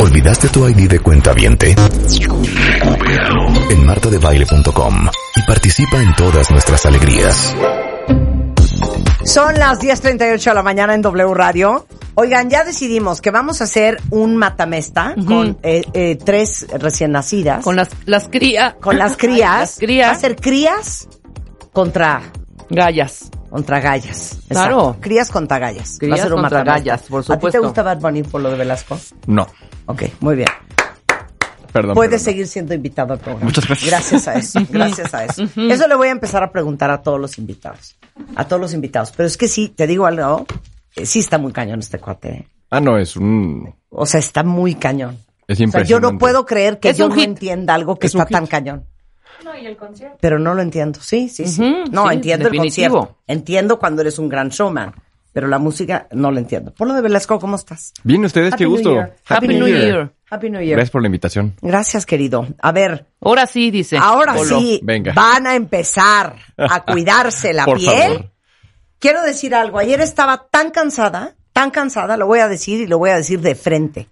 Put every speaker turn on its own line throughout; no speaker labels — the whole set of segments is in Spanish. ¿Olvidaste tu ID de cuenta viente? En martadebaile.com y participa en todas nuestras alegrías.
Son las 10.38 de la mañana en W Radio. Oigan, ya decidimos que vamos a hacer un matamesta
Ujú.
con eh, eh, tres recién nacidas.
Con las, las crías.
con las crías.
Las crías.
Va a ser crías contra,
Gallas.
contra gallas.
Claro.
Exacto. Crías contra gallas.
Crías
Va a ser un
contra
matamesta.
gallas, por
¿A ti te
supuesto.
gusta Bad Bunny por lo de Velasco?
No,
Ok, muy bien.
perdón.
Puedes
perdón.
seguir siendo invitado al programa.
Muchas gracias.
Gracias a eso, gracias a eso. Eso le voy a empezar a preguntar a todos los invitados. A todos los invitados. Pero es que sí, te digo algo, eh, sí está muy cañón este cuate. ¿eh?
Ah, no, es un...
O sea, está muy cañón.
Es
O sea, yo no
impresionante.
puedo creer que
Es
yo
un
no
hit.
entienda algo que
Es un
está tan
hit.
cañón. Pero no lo entiendo. Sí, sí, sí.
Ujú,
no,
sí,
entiendo
definitivo.
el concierto. Entiendo cuando eres un gran showman. Pero la música no la entiendo. Por lo de Velasco, ¿cómo estás?
Bien, ustedes,
Happy
qué
New
gusto.
Year.
Happy New Year.
Happy New Year.
Gracias por la invitación.
Gracias, querido. A ver,
Ahora sí, dice.
Ahora
Polo.
sí,
Venga.
van a empezar a cuidarse la
Por
piel.
favor.
Quiero decir algo. Ayer estaba tan cansada, tan cansada, lo voy a decir y lo voy a decir de frente.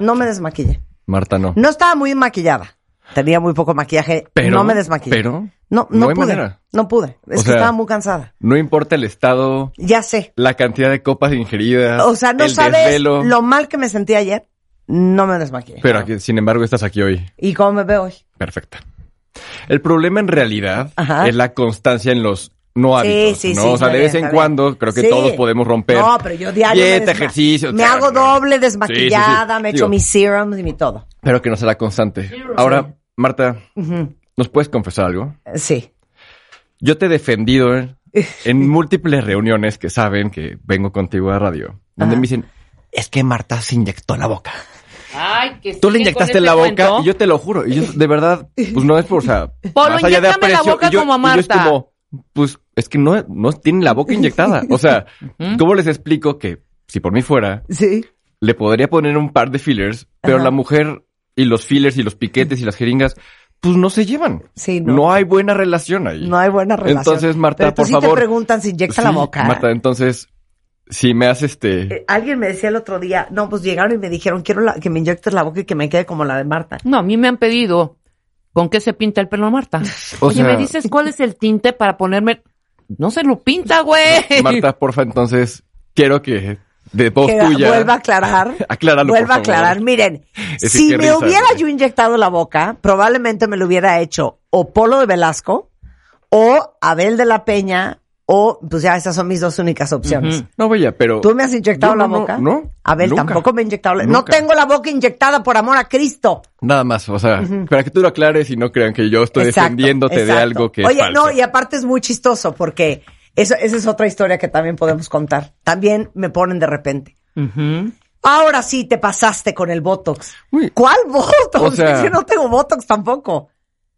No me desmaquillé.
Marta, no.
No estaba muy maquillada. Tenía muy poco maquillaje.
Pero,
no me desmaquillé.
pero,
no, no,
no hay
pude.
manera.
No pude. Es
O
que
sea,
estaba muy cansada.
No importa el estado,
Ya sé.
la cantidad de copas ingeridas,
O sea, no
ah, el
sabes
desvelo.
lo mal que me sentí ayer. No me desmaquillé.
Pero aquí- sin embargo, estás aquí hoy.
¿Y cómo me veo hoy?
Perfecta. El problema en realidad
Ajá.
es la constancia en los no hábitos. ¿no? o sea,
está
de vez
bien,
en
está
cuando
bien.
creo que
Sí.
todos podemos romper.
No, pero yo diario. me
Dieta,
desma-
ejercicio.
Me
tal,
hago
¿no?
doble
Sí, sí,
desmaquillada,
sí.
me echo
Digo,
mis serums y mi todo.
Pero que no será constante. Ahora, Marta,
Ujú.
¿nos puedes confesar algo?
Eh, Sí.
Yo te he defendido en, en múltiples reuniones que saben que vengo contigo a radio, donde
Ajá.
me dicen, es que Marta se inyectó la boca.
Ay, que
Tú
sigue
le inyectaste
con
la
este
boca
cuento.
y yo te lo juro. Y yo, de verdad, pues no es por, o sea,
Polo,
más allá
inyéctame
de
la
aprecio,
boca
y yo-
como a
y yo es
Marta.
como, pues es que no, no tienen la boca inyectada. O sea, ¿cómo les explico que si por mí fuera,
Sí.
le podría poner un par de fillers, pero
Ajá.
la mujer y los fillers y los piquetes y las jeringas, pues no se llevan.
Sí, no.
hay buena relación ahí.
No hay buena relación.
Entonces, Marta,
Pero tú
por
sí
favor.
te preguntan si inyecta la
Sí,
boca.
Marta, entonces, si me haces este.
Eh, alguien me decía el otro día, no, pues llegaron y me dijeron, quiero la- que me inyectes la boca y que me quede como la de Marta.
No, a mí me han pedido con qué se pinta el pelo Marta.
O
Oye,
sea-
¿me dices cuál es el tinte para ponerme? No se lo pinta, güey.
Marta, porfa, entonces, quiero que de voz
Que
tuya.
vuelva a aclarar.
Acláralo, por
Vuelva a
favor.
aclarar. Miren,
Es que
si
qué
me
risa,
hubiera
güey.
yo inyectado la boca, probablemente me lo hubiera hecho o Polo de Velasco o Abel de la Peña o, pues ya, esas son mis dos únicas opciones.
Ujú.
No, vaya, pero.
¿Tú me has inyectado
Yo
la
no, no,
boca?
no,
Abel,
nunca.
tampoco me he inyectado la No
Nunca.
tengo la boca inyectada por amor a Cristo.
Nada más, o sea, para que tú lo aclares y no crean que yo estoy
Exacto,
defendiéndote de
exacto.
algo que
Oye,
es falso.
no, y aparte es muy chistoso porque eso, esa es otra historia que también podemos contar. También me ponen de repente.
Ujú.
Ahora sí te pasaste con el Botox.
Uy.
¿Cuál Botox?
O sea-
Es que no tengo Botox tampoco.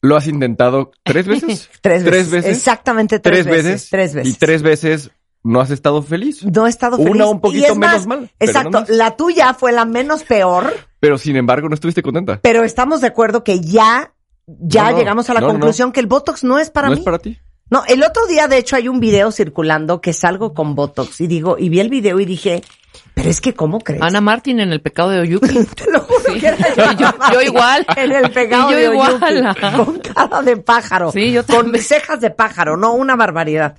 ¿Lo has intentado tres veces?
Tres veces. Exactamente tres
Tres
veces, tres veces.
Y tres veces no has estado feliz.
No he estado
Una
feliz.
un poquito
Y es más,
menos mal, pero
Exacto.
no más.
la tuya fue la menos peor,
Pero sin embargo, no estuviste contenta.
pero estamos de acuerdo que ya, ya
No, no,
llegamos a la
no, no, no.
conclusión que el Botox no es para
no
mí.
es para ti.
No, el otro día, de hecho, hay un video circulando que salgo con Botox y digo, y vi el video y dije, pero es que, ¿cómo crees?
Ana Martín en el pecado de Oyuki.
Te lo juro que era
Yo- yo
Martín
igual.
En el pegado
Y yo
de Oyuki,
igual.
Con cara de pájaro.
Sí, yo
Con
también.
mis cejas de pájaro, no, una barbaridad.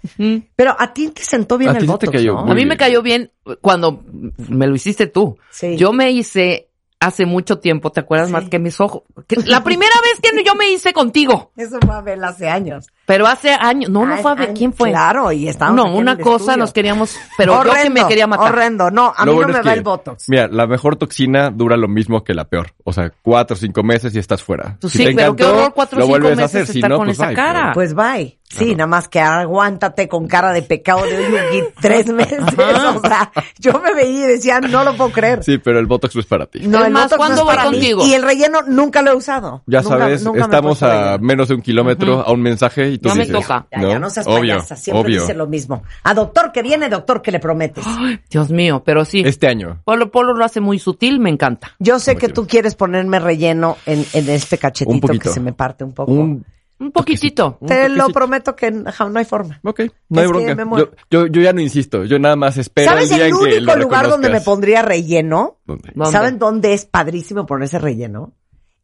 Pero a ti te sentó bien
A
el
ti sí te
Botox,
cayó
¿no?
Mm. A
Muy
mí me
bien.
cayó bien cuando me lo hiciste tú.
Sí.
Yo me hice hace mucho tiempo, ¿te acuerdas
Sí.
más que mis ojos? que la primera vez que yo me hice contigo,
Eso fue a ver hace años.
pero hace años, no, no
Ay,
fue a ver
ay,
quién fue.
Claro, y estábamos
No,
aquí en
una
el
cosa
estudio.
nos queríamos, pero yo que me
Horrendo,
quería matar.
Horrendo, no, a mí
Lo
no
bueno
me
es
va
que,
el Botox.
Mira, la mejor toxina dura lo mismo que la peor. O sea, cuatro o cinco meses y estás fuera.
Pues sí, pero qué horror, cuatro o
lo
cinco
vuelves a
meses
hacer. Si
estar
no,
con
pues,
esa
bye,
cara.
pero-
Pues bye. Sí, nada más que aguántate con cara de pecado de Oyuki tres meses. O sea, yo me veía y decía, no lo puedo creer.
sí, pero el Botox no es para ti.
No,
Es
el
más,
Botox no
¿cuándo
es
voy
para mí.
contigo?
Y el relleno nunca lo he usado.
Ya
Nunca-
sabes,
nunca me he
estamos
puesto
a
relleno.
menos de un kilómetro a un mensaje y tú
Ya me
dices,
toca.
Ya, ya no seas
obvio,
payasa, siempre
obvio.
dice lo mismo. A doctor que viene, doctor que le prometes.
Dios mío, pero sí.
Este año.
Polo Polo lo hace muy sutil, me encanta.
Yo sé que tú quieres ponerme relleno en, en este cachetito
Un poquito.
que se me parte un poco.
Un
Un poquitito.
Un
Te lo
toquecito.
prometo que n- ja, no hay forma.
Ok, no hay
Es que
bronca.
me muero.
Yo, yo, yo ya no insisto, yo nada más espero
¿Sabes
el día
el
en que
único
lo
lugar donde me
reconozcas.
pondría relleno?
¿Dónde?
¿Dónde?
¿Saben dónde es padrísimo ponerse relleno?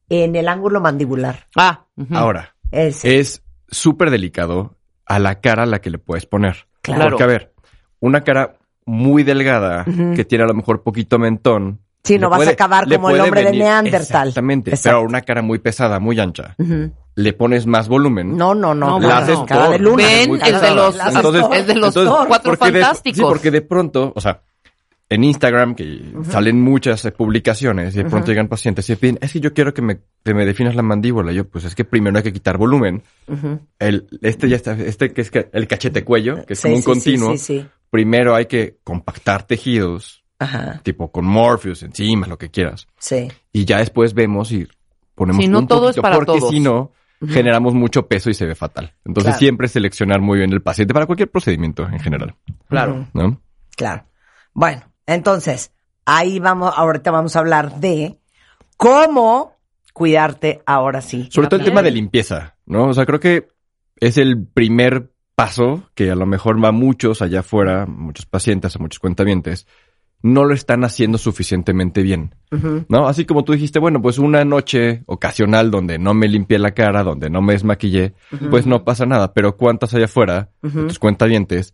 En el ángulo mandibular.
Ah, ujú.
Ahora,
Ese.
es súper delicado a la cara a la que le puedes poner.
Claro.
Porque, a ver, una cara muy delgada,
Ujú.
que tiene a lo mejor poquito mentón.
Sí,
le
no vas a acabar
le
como el
puede
hombre de
venir-
Neandertal.
Exactamente,
Exacto.
pero una cara muy pesada, muy ancha.
Ujú.
Le pones más volumen.
No, no, no.
No,
la
bueno,
haces
no.
Cara de
Thor.
luna.
Ven,
Muy
el de
pesada.
los-
Las Thor.
el de los Thor, Cuatro
porque de-
Fantásticos.
sí, porque de pronto, o sea, en Instagram, que salen muchas eh, publicaciones, y de pronto llegan pacientes y piden, es que yo quiero que me, que me definas la mandíbula. Y yo, pues es que primero hay que quitar volumen.
Ujú.
El, este ya está, este que es ca- el cachete cuello, que es
Sí,
como un
sí,
continuo.
Sí, sí, sí.
Primero hay que compactar tejidos,
Ajá.
tipo con Morpheus, enzimas, lo que quieras.
Sí.
Y ya después vemos y ponemos
Sí, no
un
todo es
poquito,
para
porque
todos.
si no, generamos mucho peso y se ve fatal. Entonces
Claro.
siempre seleccionar muy bien el paciente para cualquier procedimiento en general.
Claro.
Ujú.
¿no?
Claro. Bueno, entonces, ahí vamos, ahorita vamos a hablar de cómo cuidarte ahora sí.
Sobre todo el
También.
tema de limpieza, ¿no? O sea, creo que es el primer paso que a lo mejor va a muchos allá afuera, muchos pacientes, a muchos cuentamientos, no lo están haciendo suficientemente bien,
Ujú.
¿no? Así como tú dijiste, bueno, pues una noche ocasional donde no me limpié la cara, donde no me desmaquillé, pues no pasa nada, pero ¿cuántas allá afuera,
Ujú.
de tus cuentavientes,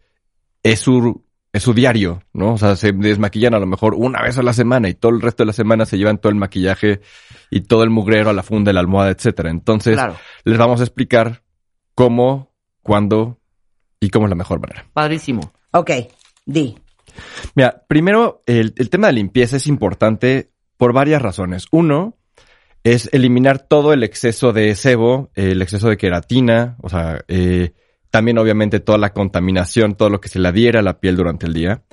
es su, es su diario, ¿no? O sea, se desmaquillan a lo mejor una vez a la semana y todo el resto de la semana se llevan todo el maquillaje y todo el mugrero a la funda, la almohada, etcétera. Entonces,
Claro.
les vamos a explicar cómo, cuándo y cómo es la mejor manera.
Padrísimo.
Ok, di.
Mira, primero, el, el tema de limpieza es importante por varias razones. Uno, es eliminar todo el exceso de sebo, eh, el exceso de queratina, o sea, eh, también obviamente toda la contaminación, todo lo que se le adhiera a la piel durante el día.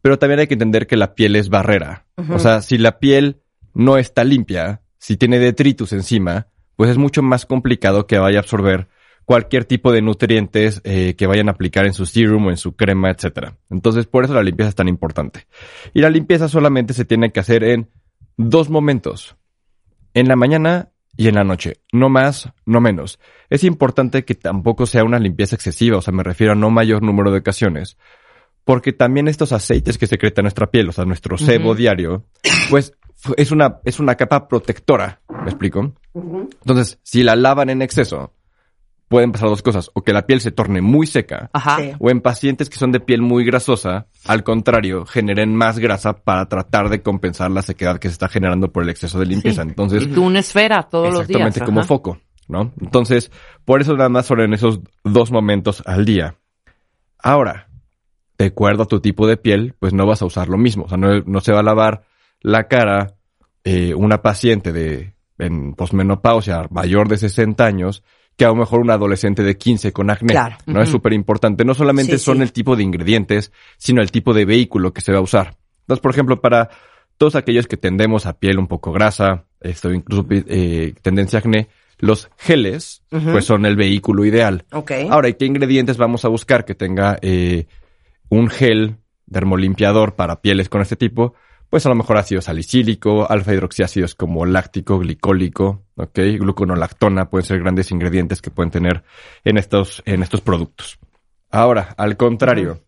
Pero también hay que entender que la piel es barrera.
Ujú.
O sea, si la piel no está limpia, si tiene detritus encima, pues es mucho más complicado que vaya a absorber cualquier tipo de nutrientes eh, que vayan a aplicar en su serum o en su crema, etcétera. Entonces, por eso la limpieza es tan importante. Y la limpieza solamente se tiene que hacer en dos momentos. En la mañana y en la noche. No más, no menos. Es importante que tampoco sea una limpieza excesiva, o sea, me refiero a no mayor número de ocasiones. Porque también estos aceites que secreta nuestra piel, o sea, nuestro sebo
Ujú.
diario, pues fu- es una, es una capa protectora. ¿Me explico? Entonces, si la lavan en exceso, pueden pasar dos cosas. O que la piel se torne muy seca,
Ajá.
Sí.
o en pacientes que son de piel muy grasosa, al contrario, generen más grasa para tratar de compensar la sequedad que se está generando por el exceso de limpieza. Entonces,
Y tú una esfera todos los días.
exactamente como
ajá.
foco, ¿no? Entonces, por eso nada más son en esos dos momentos al día. Ahora, de acuerdo a tu tipo de piel, pues no vas a usar lo mismo. O sea, no, no se va a lavar la cara eh, una paciente de en posmenopausia mayor de 60 años que a lo mejor un adolescente de 15 con acné.
Claro.
No es
Ujú.
súper importante. No solamente
Sí,
son
sí.
el tipo de ingredientes, sino el tipo de vehículo que se va a usar. Entonces, por ejemplo, para todos aquellos que tendemos a piel un poco grasa, esto incluso eh, tendencia a acné, los geles,
Ujú.
pues son el vehículo ideal.
Ok.
Ahora, ¿y qué ingredientes vamos a buscar que tenga eh, un gel dermolimpiador para pieles con este tipo? Pues a lo mejor ácido salicílico, alfa hidroxiácidos como láctico, glicólico, ¿ok? gluconolactona pueden ser grandes ingredientes que pueden tener en estos, en estos productos. Ahora, al contrario,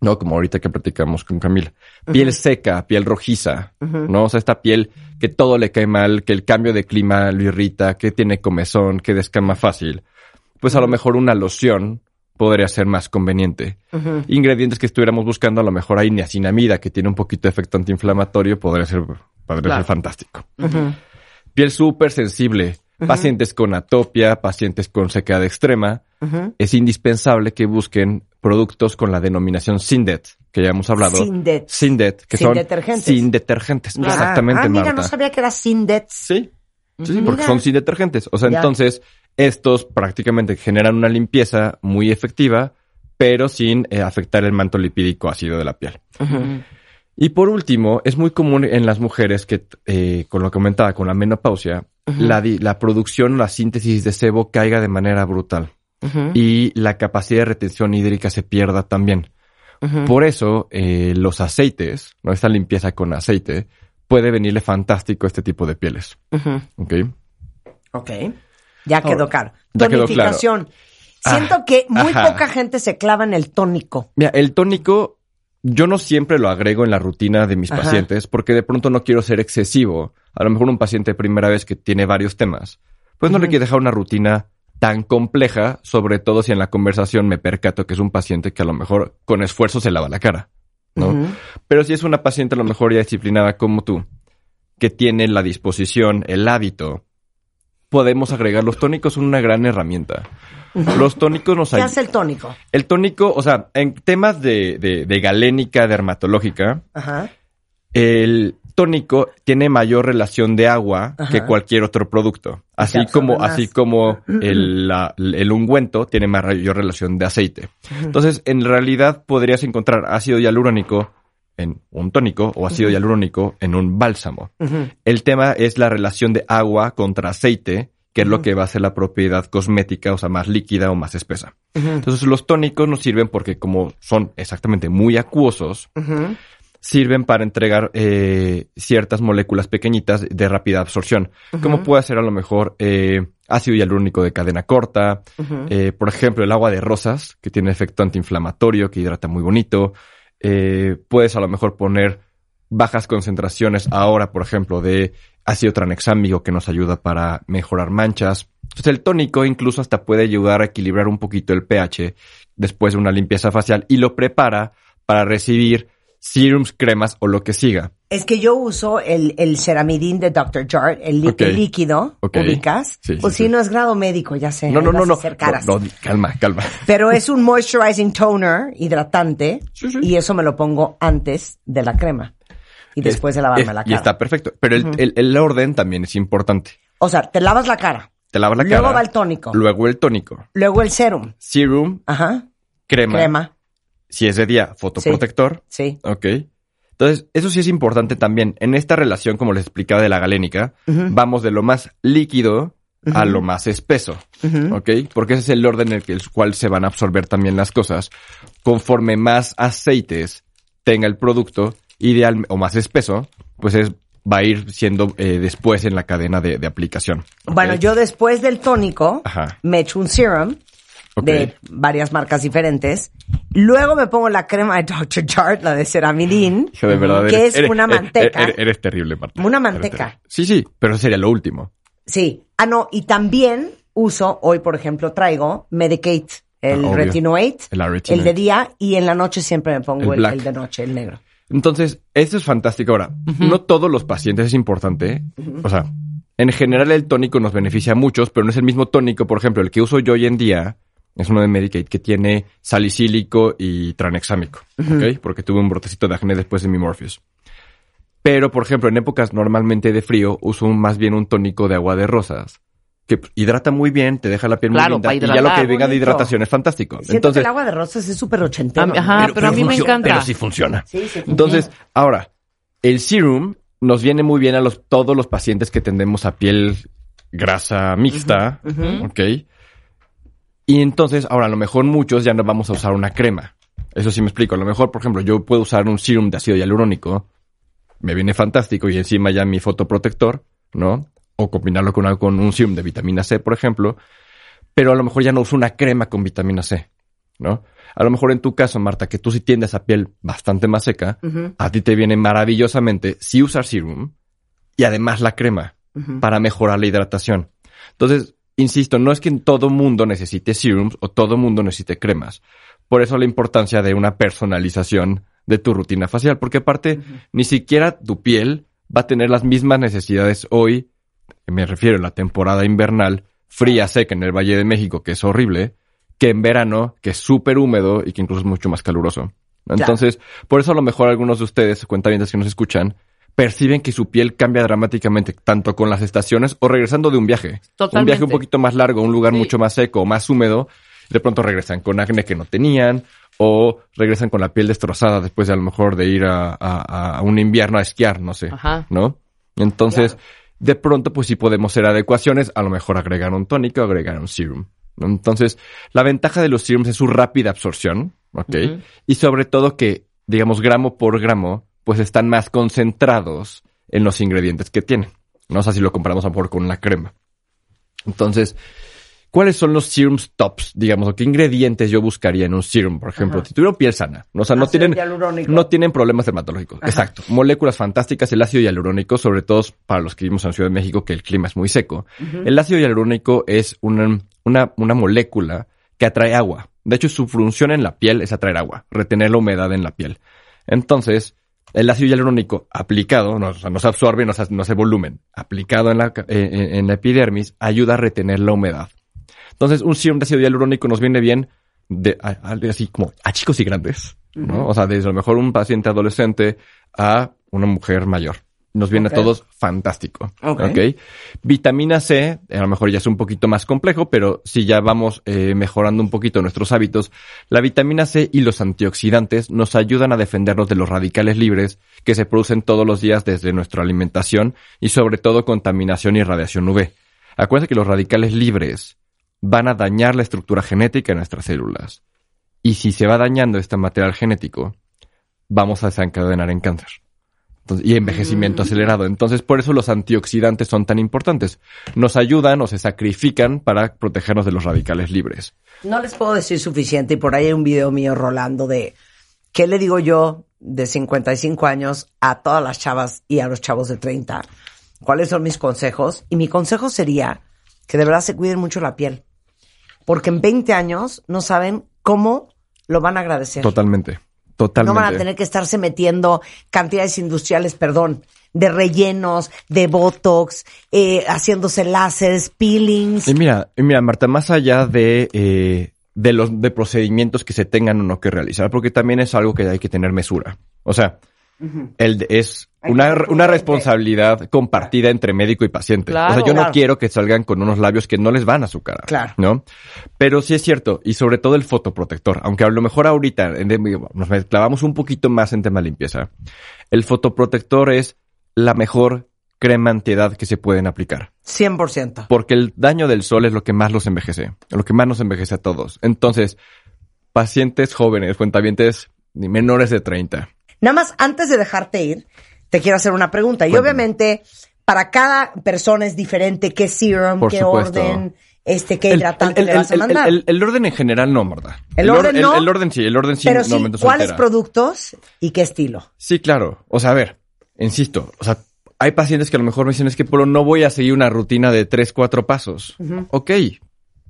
¿no? Como ahorita que platicamos con Camila. Piel seca, piel rojiza, ¿no? O sea, esta piel que todo le cae mal, que el cambio de clima lo irrita, que tiene comezón, que descama fácil. Pues a lo mejor una loción podría ser más conveniente.
Ujú.
Ingredientes que estuviéramos buscando, a lo mejor hay niacinamida, que tiene un poquito de efecto antiinflamatorio, podría ser, podría
Claro.
ser fantástico.
Ujú.
Piel súper sensible. Pacientes con atopia, pacientes con sequedad extrema,
Ujú.
es indispensable que busquen productos con la denominación SINDET, que ya hemos hablado.
Sin det.
SINDET, que
Sin
son
detergentes.
sin detergentes.
Ah,
Exactamente,
Ah, mira,
Marta.
no sabía que era sin det.
Sí. Sí, sí,
Ujú.
porque
Mira.
son sin detergentes. O sea,
Ya.
entonces, estos prácticamente generan una limpieza muy efectiva, pero sin eh, afectar el manto lipídico ácido de la piel.
Ujú.
Y por último, es muy común en las mujeres que, eh, con lo que comentaba, con la menopausia, la, di- la producción, la síntesis de sebo caiga de manera brutal
Ujú.
y la capacidad de retención hídrica se pierda también.
Ujú.
Por eso, eh, los aceites, ¿no? esta limpieza con aceite, puede venirle fantástico a este tipo de pieles.
Ujú.
¿ok?
Ok. Ya quedó claro.
Ya quedó claro.
Tonificación. Siento
Ah,
que muy
ajá.
poca gente se clava en el tónico.
Mira, el tónico yo no siempre lo agrego en la rutina de mis
Ajá.
pacientes porque de pronto no quiero ser excesivo. A lo mejor un paciente de primera vez que tiene varios temas, pues no le
Ujú.
quiero dejar una rutina tan compleja, sobre todo si en la conversación me percato que es un paciente que a lo mejor con esfuerzo se lava la cara, ¿no?
Ujú.
Pero si es una paciente a lo mejor ya disciplinada como tú, que tiene la disposición, el hábito, podemos agregar los tónicos son una gran herramienta. Los tónicos nos
¿Qué
ayudan.
hace el tónico?
El tónico, o sea, en temas de, de- de galénica dermatológica,
Ajá.
el tónico tiene mayor relación de agua
Ajá.
que cualquier otro producto. Así
absorbe
como,
más.
así como el, la- el ungüento tiene mayor relación de aceite. Entonces, en realidad podrías encontrar ácido hialurónico en un tónico o ácido hialurónico en un bálsamo.
Ujú.
El tema es la relación de agua contra aceite, que es lo que va a ser la propiedad cosmética, o sea, más líquida o más espesa.
Ujú.
Entonces los tónicos nos sirven porque como son exactamente muy acuosos,
Ujú.
sirven para entregar eh, ciertas moléculas pequeñitas de rápida absorción, como puede ser a lo mejor eh, ácido hialurónico de cadena corta,
Ujú.
eh, por ejemplo el agua de rosas, que tiene efecto antiinflamatorio, que hidrata muy bonito, Eh, puedes a lo mejor poner bajas concentraciones ahora, por ejemplo, de ácido tranexámico que nos ayuda para mejorar manchas. Entonces, el tónico incluso hasta puede ayudar a equilibrar un poquito el pH después de una limpieza facial y lo prepara para recibir serums, cremas o lo que siga.
Es que yo uso el, el ceramidín de Dr. Jart, el, li-
Ok.
el líquido,
Ok.
ubicas.
Sí, sí,
o si
sí.
no es grado médico, ya sé.
No, no,
ahí
no,
vas a
no.
Eh, hacer caras.
No, no, calma, calma.
Pero es un moisturizing toner hidratante
Sí, sí.
y eso me lo pongo antes de la crema y después de lavarme
Es-
la
Y
cara.
está perfecto. Pero el, el- el orden también es importante.
O sea, te lavas la cara,
Te lavas la
Luego
cara.
va el tónico.
Luego el tónico.
luego el serum,
Serum,
ajá,
crema.
crema,
Si es de día, fotoprotector.
sí.
Ok. Entonces, eso sí es importante también. En esta relación, como les explicaba de la galénica,
Ujú.
vamos de lo más líquido a
Ujú.
lo más espeso.
Ujú.
¿Ok? Porque ese es el orden en el que- el cual se van a absorber también las cosas. Conforme más aceites tenga el producto, ideal o más espeso, pues es, va a ir siendo eh, después en la cadena de, de aplicación. ¿ok?
Bueno, yo después del tónico
Ajá.
me echo un serum
Ok.
de varias marcas diferentes. Luego me pongo la crema de Dr. Jart, la de ceramidín,
Hijo de verdad,
que
eres-
es
eres-
una
eres-
manteca.
Eres, eres terrible, Marta.
Una
Eres
manteca.
terrible. Sí, sí, pero eso sería lo último.
Sí. Ah, no, y también uso, hoy por ejemplo traigo Medicate, el
Ah, obvio.
Retinoate,
El Retinoate.
de día, y en la noche siempre me pongo el,
El black.
el de noche, el negro.
Entonces, eso es fantástico. Ahora, no todos los pacientes es importante. ¿eh? O sea, en general el tónico nos beneficia a muchos, pero no es el mismo tónico, por ejemplo, el que uso yo hoy en día. Es uno de Medicaid que tiene salicílico y tranexámico, ¿ok? Porque tuve un brotecito de acné después de mi Morpheus. Pero, por ejemplo, en épocas normalmente de frío, uso un- más bien un tónico de agua de rosas, que pues, hidrata muy bien, te deja la piel
Claro,
muy
para
linda, y ya lo que
hidratar.
venga de
Bonito.
hidratación es fantástico.
Siento que el agua de rosas es súper ochentero.
A mí-
¿no?
Ah, ajá, pero a mí me
funciona,
encanta.
Pero sí funciona.
Sí, sí, funciona.
Entonces, ahora, el serum nos viene muy bien a los, todos los pacientes que tendemos a piel grasa mixta, ¿ok? Y entonces, ahora, a lo mejor muchos ya no vamos a usar una crema. Eso sí me explico. A lo mejor, por ejemplo, yo puedo usar un serum de ácido hialurónico, me viene fantástico y encima ya mi fotoprotector, ¿no? O combinarlo con, algo- con un serum de vitamina C, por ejemplo, pero a lo mejor ya no uso una crema con vitamina C, ¿no? A lo mejor en tu caso, Marta, que tú sí tiendes a piel bastante más seca,
Ujú,
a ti te viene maravillosamente si usar serum y además la crema
ujú.
para mejorar la hidratación. Entonces, insisto, no es que en todo mundo necesite serums o todo mundo necesite cremas. Por eso la importancia de una personalización de tu rutina facial, porque aparte ni siquiera tu piel va a tener las mismas necesidades hoy, me refiero a la temporada invernal fría, seca en el Valle de México, que es horrible, que en verano, que es súper húmedo y que incluso es mucho más caluroso. Entonces, por eso a lo mejor algunos de ustedes, cuentavientes que nos escuchan, perciben que su piel cambia dramáticamente, tanto con las estaciones o regresando de un viaje. Un
Totalmente.
viaje un poquito más largo, un lugar
Sí.
mucho más seco, más húmedo, de pronto regresan con acné que no tenían, o regresan con la piel destrozada después de a lo mejor de ir a, a- a un invierno a esquiar, no sé.
Ajá.
¿No? Entonces, de pronto, pues sí podemos hacer adecuaciones, a lo mejor agregar un tónico, agregar un serum. ¿no? Entonces, la ventaja de los serums es su rápida absorción, ¿ok?
Ujú.
Y sobre todo que, digamos, gramo por gramo, pues están más concentrados en los ingredientes que tienen. No sé si lo comparamos a lo mejor con una crema. Entonces, ¿cuáles son los serums tops? Digamos, o qué ingredientes yo buscaría en un serum, por ejemplo,
Ajá.
si tuviera piel sana. O sea, no
Ácido
tienen,
hialurónico.
no tienen problemas dermatológicos. Exacto. Moléculas fantásticas, el ácido hialurónico, sobre todo para los que vivimos en Ciudad de México, que el clima es muy seco. El ácido hialurónico es una, una, una molécula que atrae agua. De hecho, su función en la piel es atraer agua, retener la humedad en la piel. Entonces, el ácido hialurónico aplicado, no, o sea, no se absorbe, no se, no se volumen, aplicado en la, ca- eh, en- en la epidermis, ayuda a retener la humedad. Entonces, un serum de ácido hialurónico nos viene bien de, a- a- de así como a chicos y grandes, ¿no? O sea, desde a lo mejor un paciente adolescente a una mujer mayor. Nos viene
Ok.
a todos fantástico.
Ok.
¿ok? Vitamina C, eh, a lo mejor ya es un poquito más complejo, pero si ya vamos eh, mejorando un poquito nuestros hábitos, la vitamina C y los antioxidantes nos ayudan a defendernos de los radicales libres que se producen todos los días desde nuestra alimentación y sobre todo contaminación y radiación UV. Acuérdense que los radicales libres van a dañar la estructura genética de nuestras células. Y si se va dañando este material genético, vamos a desencadenar en cáncer. Entonces, y
Mm.
envejecimiento acelerado. Entonces, por eso los antioxidantes son tan importantes. Nos ayudan o se sacrifican para protegernos de los radicales libres.
No les puedo decir suficiente y por ahí hay un video mío rolando de qué le digo yo de 55 años a todas las chavas y a los chavos de 30. ¿Cuáles son mis consejos? Y mi consejo sería que de verdad se cuiden mucho la piel. Porque en 20 años no saben cómo lo van a agradecer.
Totalmente. Totalmente.
No van a tener que estarse metiendo cantidades industriales, perdón, de rellenos, de botox, eh, haciéndose láseres, peelings.
Y mira, y mira, Marta, más allá de, eh, de los de procedimientos que se tengan o no que realizar, porque también es algo que hay que tener mesura. O sea, el de- es
Hay que
una,
ser
una
prudente.
responsabilidad compartida entre médico y paciente. o sea,
Claro.
yo no
Claro.
quiero que salgan con unos labios que no les van a su cara.
Claro.
¿No? Pero sí es cierto, y sobre todo el fotoprotector, aunque a lo mejor ahorita en de- nos clavamos un poquito más en tema limpieza. El fotoprotector es la mejor crema antiedad que se pueden aplicar.
100%.
Porque el daño del sol es lo que más los envejece, lo que más nos envejece a todos. Entonces, pacientes jóvenes, cuentavientes menores de 30.
Nada más, antes de dejarte ir, te quiero hacer una pregunta. Y
Cuéntame.
obviamente, para cada persona es diferente qué serum,
Por
qué
supuesto.
orden, este, qué
El,
hidratante
el-
le vas a
el- el-
mandar.
el- el orden en general no, Marta.
¿El orden
or-
no?
El, orden sí, el orden sí.
Pero
no,
sí,
Mendoza
¿cuáles
entera.
productos y qué estilo?
Sí, claro. O sea, a ver, insisto, o sea, hay pacientes que a lo mejor me dicen, es que Polo, no voy a seguir una rutina de tres, cuatro pasos. Ok.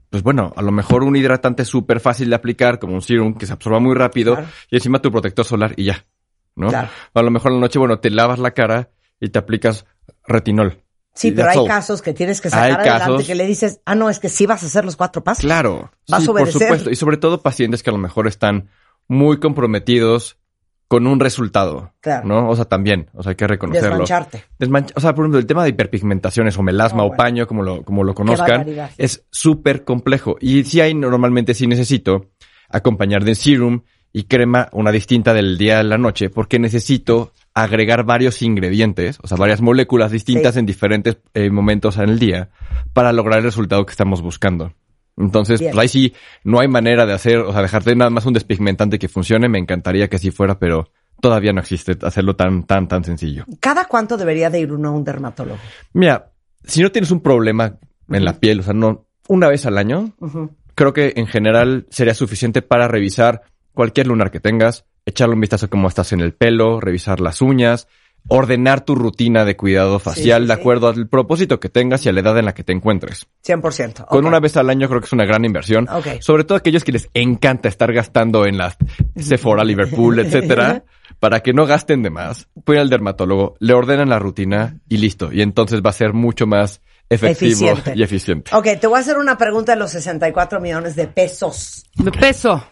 Pues bueno, a lo mejor un hidratante súper fácil de aplicar, como un serum que se absorba muy rápido,
Claro.
y encima tu protector solar y ya. ¿No?
Claro.
O a lo mejor en la noche, bueno, te lavas la cara y te aplicas retinol.
Sí,
Y
pero
that's
hay
all.
casos que tienes que
Hay
sacar adelante
casos-
que le dices, ah, no, es que sí vas a hacer los cuatro pasos.
Claro.
Vas a
por
obedecer.
supuesto. Y sobre todo pacientes que a lo mejor están muy comprometidos con un resultado.
Claro.
¿No? O sea, también. O sea, hay que reconocerlo.
Desmancharte.
Desmancha- o sea, por ejemplo, el tema de hiperpigmentaciones o melasma
Oh,
o
bueno.
paño, como lo, como lo conozcan,
barbaridad.
es súper complejo. Y sí hay, normalmente sí necesito acompañar de serum y crema, una distinta del día a la noche, porque necesito agregar varios ingredientes, o sea, varias moléculas distintas
Sí.
en diferentes eh, momentos en el día para lograr el resultado que estamos buscando. Entonces,
Bien.
pues ahí sí, no hay manera de hacer, o sea, dejarte nada más un despigmentante que funcione, me encantaría que así fuera, pero todavía no existe hacerlo tan, tan, tan sencillo.
¿Cada cuánto debería de ir uno a un dermatólogo?
Mira, si no tienes un problema en la piel, o sea, no una vez al año,
Ujú.
creo que en general sería suficiente para revisar cualquier lunar que tengas, echarle un vistazo a cómo estás en el pelo, revisar las uñas, ordenar tu rutina de cuidado facial
sí,
de
sí.
acuerdo al propósito que tengas y a la edad en la que te encuentres.
100%.
Con
ok.
una vez al año creo que es una gran inversión.
Ok.
Sobre todo aquellos que les encanta estar gastando en las Sephora, Liverpool, etcétera, para que no gasten de más. Pueden al dermatólogo, le ordenan la rutina y listo. Y entonces va a ser mucho más efectivo
Eficiente.
y eficiente.
Ok, te voy a hacer una pregunta de los 64 millones de pesos.
De peso.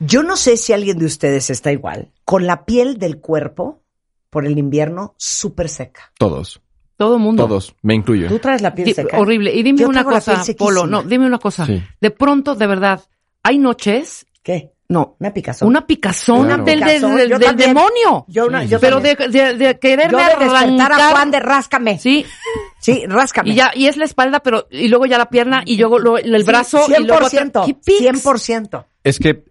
Yo no sé si alguien de ustedes está igual, con la piel del cuerpo por el invierno súper seca.
Todos,
Todo mundo.
todos, me incluyo.
Tú traes la piel
Di-
seca.
horrible. Y dime
Yo
una
tengo la piel
cosa,
sequísima.
Polo. No, dime una cosa.
Sí.
De pronto, de verdad, hay noches.
¿Qué?
No.
Una picazón.
Una picazón
Claro.
del, del-
Picazón,
del-
yo
del
también.
demonio.
Yo una-
Sí,
yo
Pero
también.
de, de, de quererme
Yo de despertar a
arrancar-
Juan de ráscame. Sí,
Sí,
ráscame.
y ya, y es la espalda, pero, y luego ya la pierna, y luego lo- el brazo, y luego otra-
100%.
¡Qué pics!
100%.
Es que,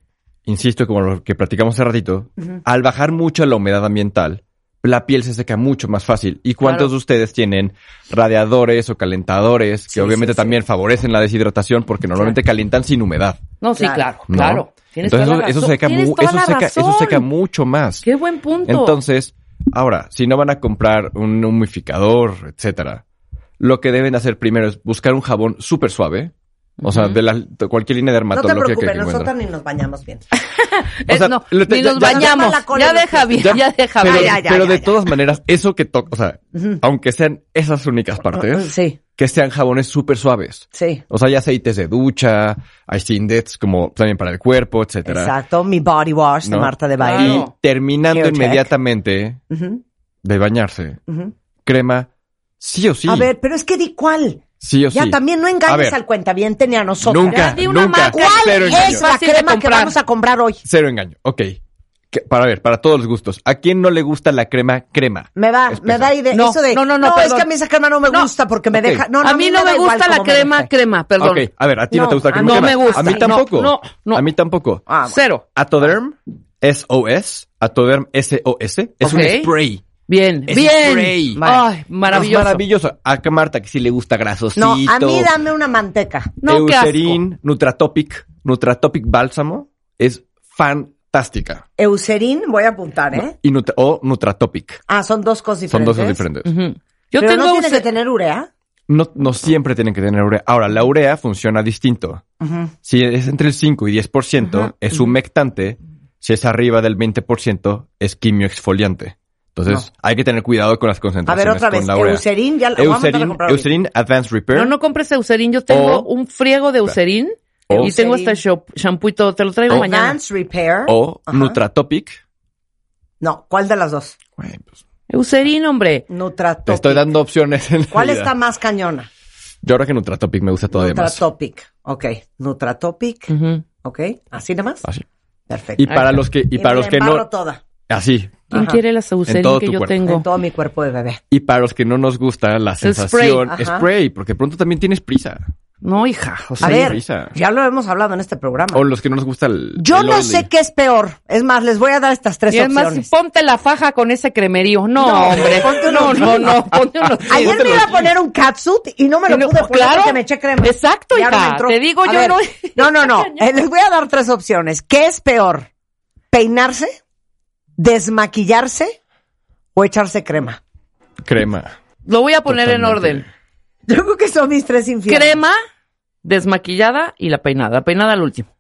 insisto, como lo que platicamos hace ratito, al bajar mucho la humedad ambiental, la piel se seca mucho más fácil. ¿Y cuántos
Claro.
de ustedes tienen radiadores o calentadores que
Sí,
obviamente
sí, sí.
también favorecen la deshidratación porque normalmente calientan sin humedad?
No, sí,
Claro.
claro,
¿no?
claro. Tienes
Entonces
toda la
eso, eso
razón.
seca
Tienes
mu-
toda
eso
la
seca- eso
razón.
seca mucho más.
Qué buen punto.
Entonces, ahora, si no van a comprar un humidificador, etcétera, lo que deben hacer primero es buscar un jabón súper suave. O sea,
Ujú.
de, la, de cualquier línea de
No te
dermatología que,
preocupes,
que
nosotros
encuentren.
ni nos bañamos bien.
o
Eh,
sea,
no,
lo-
ni
ya-
nos
ya-
bañamos.
Ya-
Ya deja bien, ya, deja
Pero,
bien.
ya, ya,
pero
ya,
de
ya.
todas maneras, eso que toca, o sea, aunque sean esas únicas partes,
Sí,
que sean jabones súper suaves.
sí.
O sea, hay aceites de ducha, hay sindets como también para el cuerpo, etcétera.
Exacto, mi body wash de
¿no?
Marta de Baile.
Y
Claro.
terminando
Hair check.
inmediatamente
Ujú,
de bañarse,
ujú.
crema, sí o sí.
A ver, pero es que di cuál.
sí o
Ya
sí.
también no
A
engañes
ver.
al cuentaviente ni a nosotros.
Nunca,
Ya di una
nunca.
marca.
¿Cuál
Cero engaño.
es la
Fácil de
crema que
comprar.
vamos a comprar hoy?
Cero engaño. Ok. Que- para ver, para todos los gustos. ¿A quién no le gusta la crema crema?
Me da,
Espesa.
me da idea.
No,
eso de,
no, no, no,
es
perdón.
que a mí esa crema no me
No.
gusta porque me
Ok.
deja. No, no,
a mí no
da
me
igual
gusta la
cómo me
crema,
guste.
crema, perdón.
Ok, a ver, a ti no,
No,
te gusta la
a
crema
mí no
crema?
me gusta.
A mí
No,
tampoco.
no, no.
A mí tampoco.
Ah, bueno.
Cero.
Atoderm SOS, Atoderm SOS, es un
Ok.
spray.
Bien,
Es
bien.
spray.
Ay, maravilloso.
Es maravilloso. Acá Marta que sí le gusta grasosito.
No, a mí dame una manteca.
No, qué asco.
Eucerin, Nutratopic, Nutratopic Bálsamo es fantástica.
Eucerin, voy a apuntar,
¿no?
¿eh?
Y Nutra- o Nutratopic.
Ah, son dos cosas
Son
diferentes.
dos diferentes.
Ujú. Yo
Pero
tengo
no tiene
Euce-
que tener urea.
No, no siempre tienen que tener urea. Ahora, la urea funciona distinto. Si es entre el 5 y 10%, es humectante. Si es arriba del 20%, es quimioexfoliante. Entonces, hay que tener cuidado con las
A ver,
concentraciones
otra
con
vez.
la urea.
Eucerin, ya la voy a mandar a
Eucerin,
comprar ahorita.
Eucerin Advanced Repair.
No, no compres Eucerin. Yo tengo
O-
un friego de Eucerin.
O-
y tengo este
Eucerin.
shop- shampoo y todo. Te lo traigo mañana.
Advanced Repair.
O
Ajá.
Nutratopic.
No, ¿cuál de las dos?
Güey, pues,
Eucerin, hombre.
Nutratopic.
te estoy dando opciones. en la
¿Cuál
vida.
está más cañona?
Yo creo que Nutratopic me gusta todavía más.
Nutratopic. Ok. Nutratopic.
Ujú.
Ok. Así nada más.
Así.
Perfecto.
Ah. Y para los que, y
me
para los
la
que
embarro
no,
toda.
así.
¿Quién
Ajá.
quiere las
En
Eucerin
todo tu
que yo
cuerpo.
tengo?
En todo mi cuerpo de bebé.
Y para los que no nos gusta la
spray,
sensación, spray,
ajá.
porque pronto también tienes prisa.
No, hija. O
A
sea,
Sí,
ver,
Luisa.
ya lo hemos hablado en este programa.
O los que no nos gusta el.
Yo
el
no
oily.
sé qué es peor. Es más, les voy a dar estas tres
y es más,
opciones.
ponte la faja con ese cremerío. No,
No,
hombre.
ponte
No,
unos-
no, no. Ponte unos
Ayer me iba a poner un catsuit y no me lo
Y no-
pude poner
claro.
porque me eché crema.
Exacto,
Y ahora
hija.
me entró.
Te digo,
A
yo
ver,
no-
No, no, no. Eh, Les voy a dar tres opciones. ¿Qué es peor? ¿Peinarse? ¿Desmaquillarse? ¿O echarse crema?
Crema.
Lo voy a poner en
Totalmente.
orden.
Yo creo que son mis tres infiernos.
crema, desmaquillada y la peinada. La peinada al último.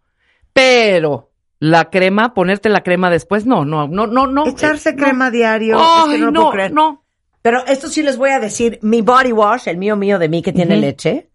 Pero la crema, ponerte la crema después, no, no, no, no, no.
Echarse
Eh, no.
crema diario. es que
Ay,
no, lo puedo
no,
creer.
no.
Pero esto sí les voy a decir. Mi body wash, el mío mío de mí que tiene
Ujú.
leche,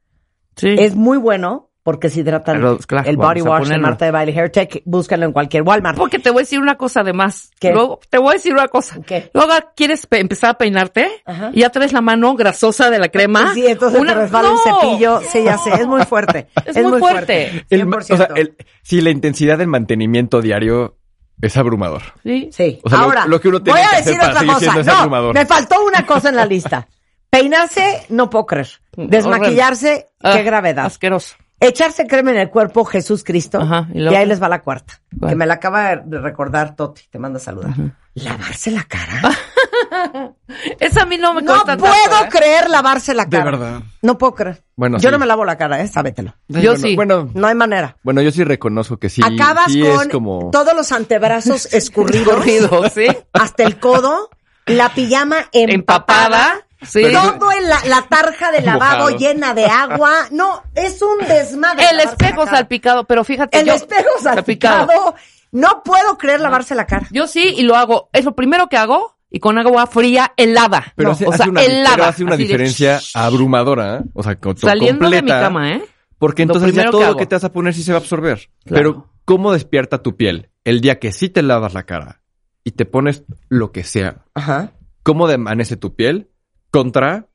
Sí.
Es muy bueno porque se hidrata
Pero,
el,
claro,
el body
vamos a
wash de
ponerlo.
Marta de Baile Hair Tech. Búscalo en cualquier Walmart.
Porque te voy a decir una cosa además.
¿Qué?
Luego, te voy a decir una cosa.
¿Qué?
Luego quieres pe- empezar a peinarte
Ajá.
y ya traes la mano grasosa de la crema.
Sí, entonces
Una-
te resbala
¡No!
el cepillo. Sí, ya sé. Es muy fuerte.
Es muy fuerte.
El ma-
100%.
o sea, el- si la intensidad del mantenimiento diario es abrumador.
Sí.
Sí.
o sea, lo-
Ahora,
lo que uno
voy
tiene
a
que hacer
decir
para
otra
seguir
cosa.
siendo ese
No,
abrumador.
me faltó una cosa en la lista. Peinarse, no puedo creer. Desmaquillarse,
Ah,
qué gravedad.
Asqueroso.
Echarse crema en el cuerpo, Jesús Cristo.
Ajá, y
y,
la
ahí
otra.
les va la cuarta.
¿Cuál?
Que me la acaba de recordar Toti. Te manda a saludar. Lavarse la cara.
Esa a mí no Ah, me
No
cuesta
puedo
tanto, ¿eh?
creer lavarse la cara.
verdad.
No puedo creer.
Bueno,
yo
sí.
no me lavo la cara, ¿eh? Sábetelo.
Yo
bueno,
sí.
Bueno,
No hay manera.
bueno, yo sí reconozco que sí.
Acabas
sí
con
es como.
todos los antebrazos escurridos
Corrido, sí.
hasta el codo, la pijama empapada.
Empapada. Sí.
Pero-
Todo en la, la tarja de lavado
Mojado.
llena de agua. No, es un desmadre.
El
lavarse
espejo
la cara.
salpicado, pero fíjate.
El
yo-
espejo salpicado. No puedo creer lavarse la cara.
Yo sí, y lo hago. Es lo primero que hago, y con agua fría helada.
Pero,
No,
hace,
o
hace
sea,
una,
helada.
pero hace una
Así de-
diferencia abrumadora. ¿eh? O sea, con,
Saliendo de
completa.
mi cama, ¿eh?
Porque
Lo
entonces ya
primero
todo
que
lo
hago.
que te vas a poner sí se va a absorber.
Claro.
Pero, ¿cómo despierta tu piel el día que sí te lavas la cara y te pones lo que sea?
Ajá.
¿Cómo demanece tu piel contra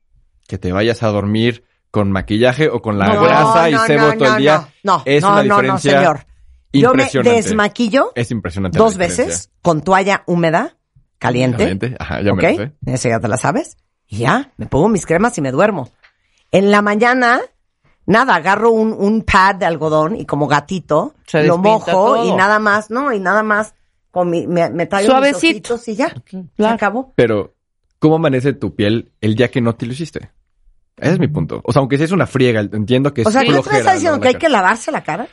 que te vayas a dormir con maquillaje o con la
No,
Ah, grasa y sebo
no,
todo el
no,
día?
No, no,
es
no,
una
no, no,
diferencia
señor. Yo me
impresionante.
desmaquillo
Es impresionante. la
dos
diferencia.
veces con toalla húmeda, caliente.
Caliente. Ajá, ya
¿ok?
me lo sé.
Eso ya te la sabes. Y ya, me pongo mis cremas y me duermo. En la mañana, nada, agarro un, un pad de algodón y como gatito,
Se
lo
despinta
mojo
todo.
y nada más, no, y nada más con mi, me, me tallo mis
Suavecito.
ositos y ya, se
Claro.
acabó.
Pero, ¿cómo amanece tu piel el día que no te lo hiciste? Ese es mi punto. O sea, aunque sea es una friega, entiendo que es
O sea, ¿tú me
flojera,
estás diciendo
¿no?
que hay que lavarse la cara?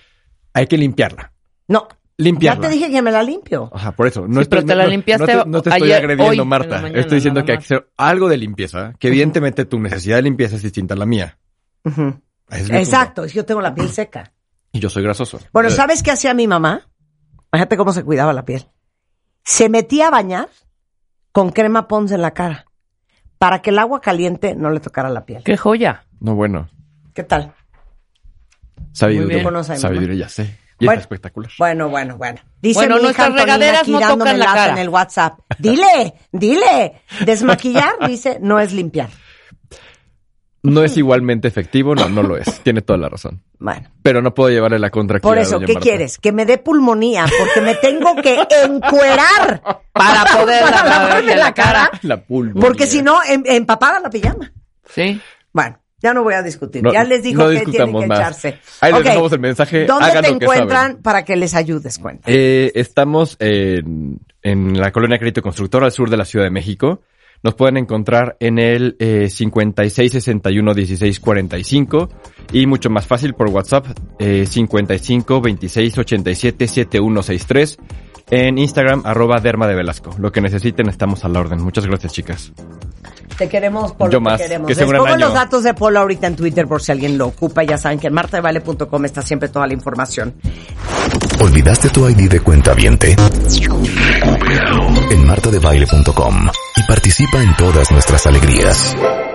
Hay que limpiarla.
No, ya
Limpiarla.
te dije que me la limpio.
Ajá, por eso. No
Sí,
estoy-
pero te la
no-
limpiaste
No te, no te estoy
ayer- hoy,
agrediendo,
en
Marta.
la mañana,
estoy diciendo
nada
que hay que hacer algo de limpieza, que evidentemente tu necesidad de limpieza es distinta a la mía.
Ujú.
Ese es mi punto.
Exacto, es que yo tengo la piel seca.
Y yo soy grasoso.
Bueno,
Eh,
¿sabes qué hacía mi mamá? Fíjate cómo se cuidaba la piel. Se metía a bañar con crema Pons en la cara para que el agua caliente no le tocara la piel. ¿Qué,
Qué joya.
No, bueno.
tal?
Sabiduría.
bien. Tú
conoces a mi
Sabiduría, ya sé. Y
Bueno.
está espectacular.
Bueno, bueno, bueno. Dice
Bueno,
mi hija
nuestras
Antonina
regaderas
aquí
no tocan
dándome
la
lata
cara.
en el WhatsApp. Dile, dile. Desmaquillar, dice, no es limpiar.
No es igualmente efectivo, no, no lo es. Tiene toda la razón.
Bueno,
Pero no puedo llevarle la contra aquí
por
a
eso,
doña
¿qué
Marta.
quieres? Que me dé pulmonía porque me tengo que encuerar
Para poder
para
lavarme
lavarme
la
la cara.
La pulpa.
Porque si no, em- empapada la pijama.
Sí.
Bueno, ya no voy a discutir.
No,
ya les digo
no
que tienen
discutamos
que
más.
echarse.
Ahí les
Ok,
dejamos el mensaje,
¿Dónde
hagan
te
lo que
encuentran
saben.
para que les ayudes? Cuenta.
Eh, estamos en, en la colonia Crédito Constructor al sur de la Ciudad de México. Nos pueden encontrar en el eh, 56 61 16 45 y mucho más fácil por WhatsApp eh, 55 26 87 7163 en Instagram arroba Derma de Velasco. Lo que necesiten estamos a la orden. Muchas gracias chicas.
Te queremos por
Yo
lo
más,
que queremos.
que sea
Les
un gran
pongo
año.
los datos de Polo ahorita en Twitter por si alguien lo ocupa. Ya saben que en martavale.com está siempre toda la información.
¿Olvidaste tu ID de cuenta viente? En martadebaile.com y participa en todas nuestras alegrías.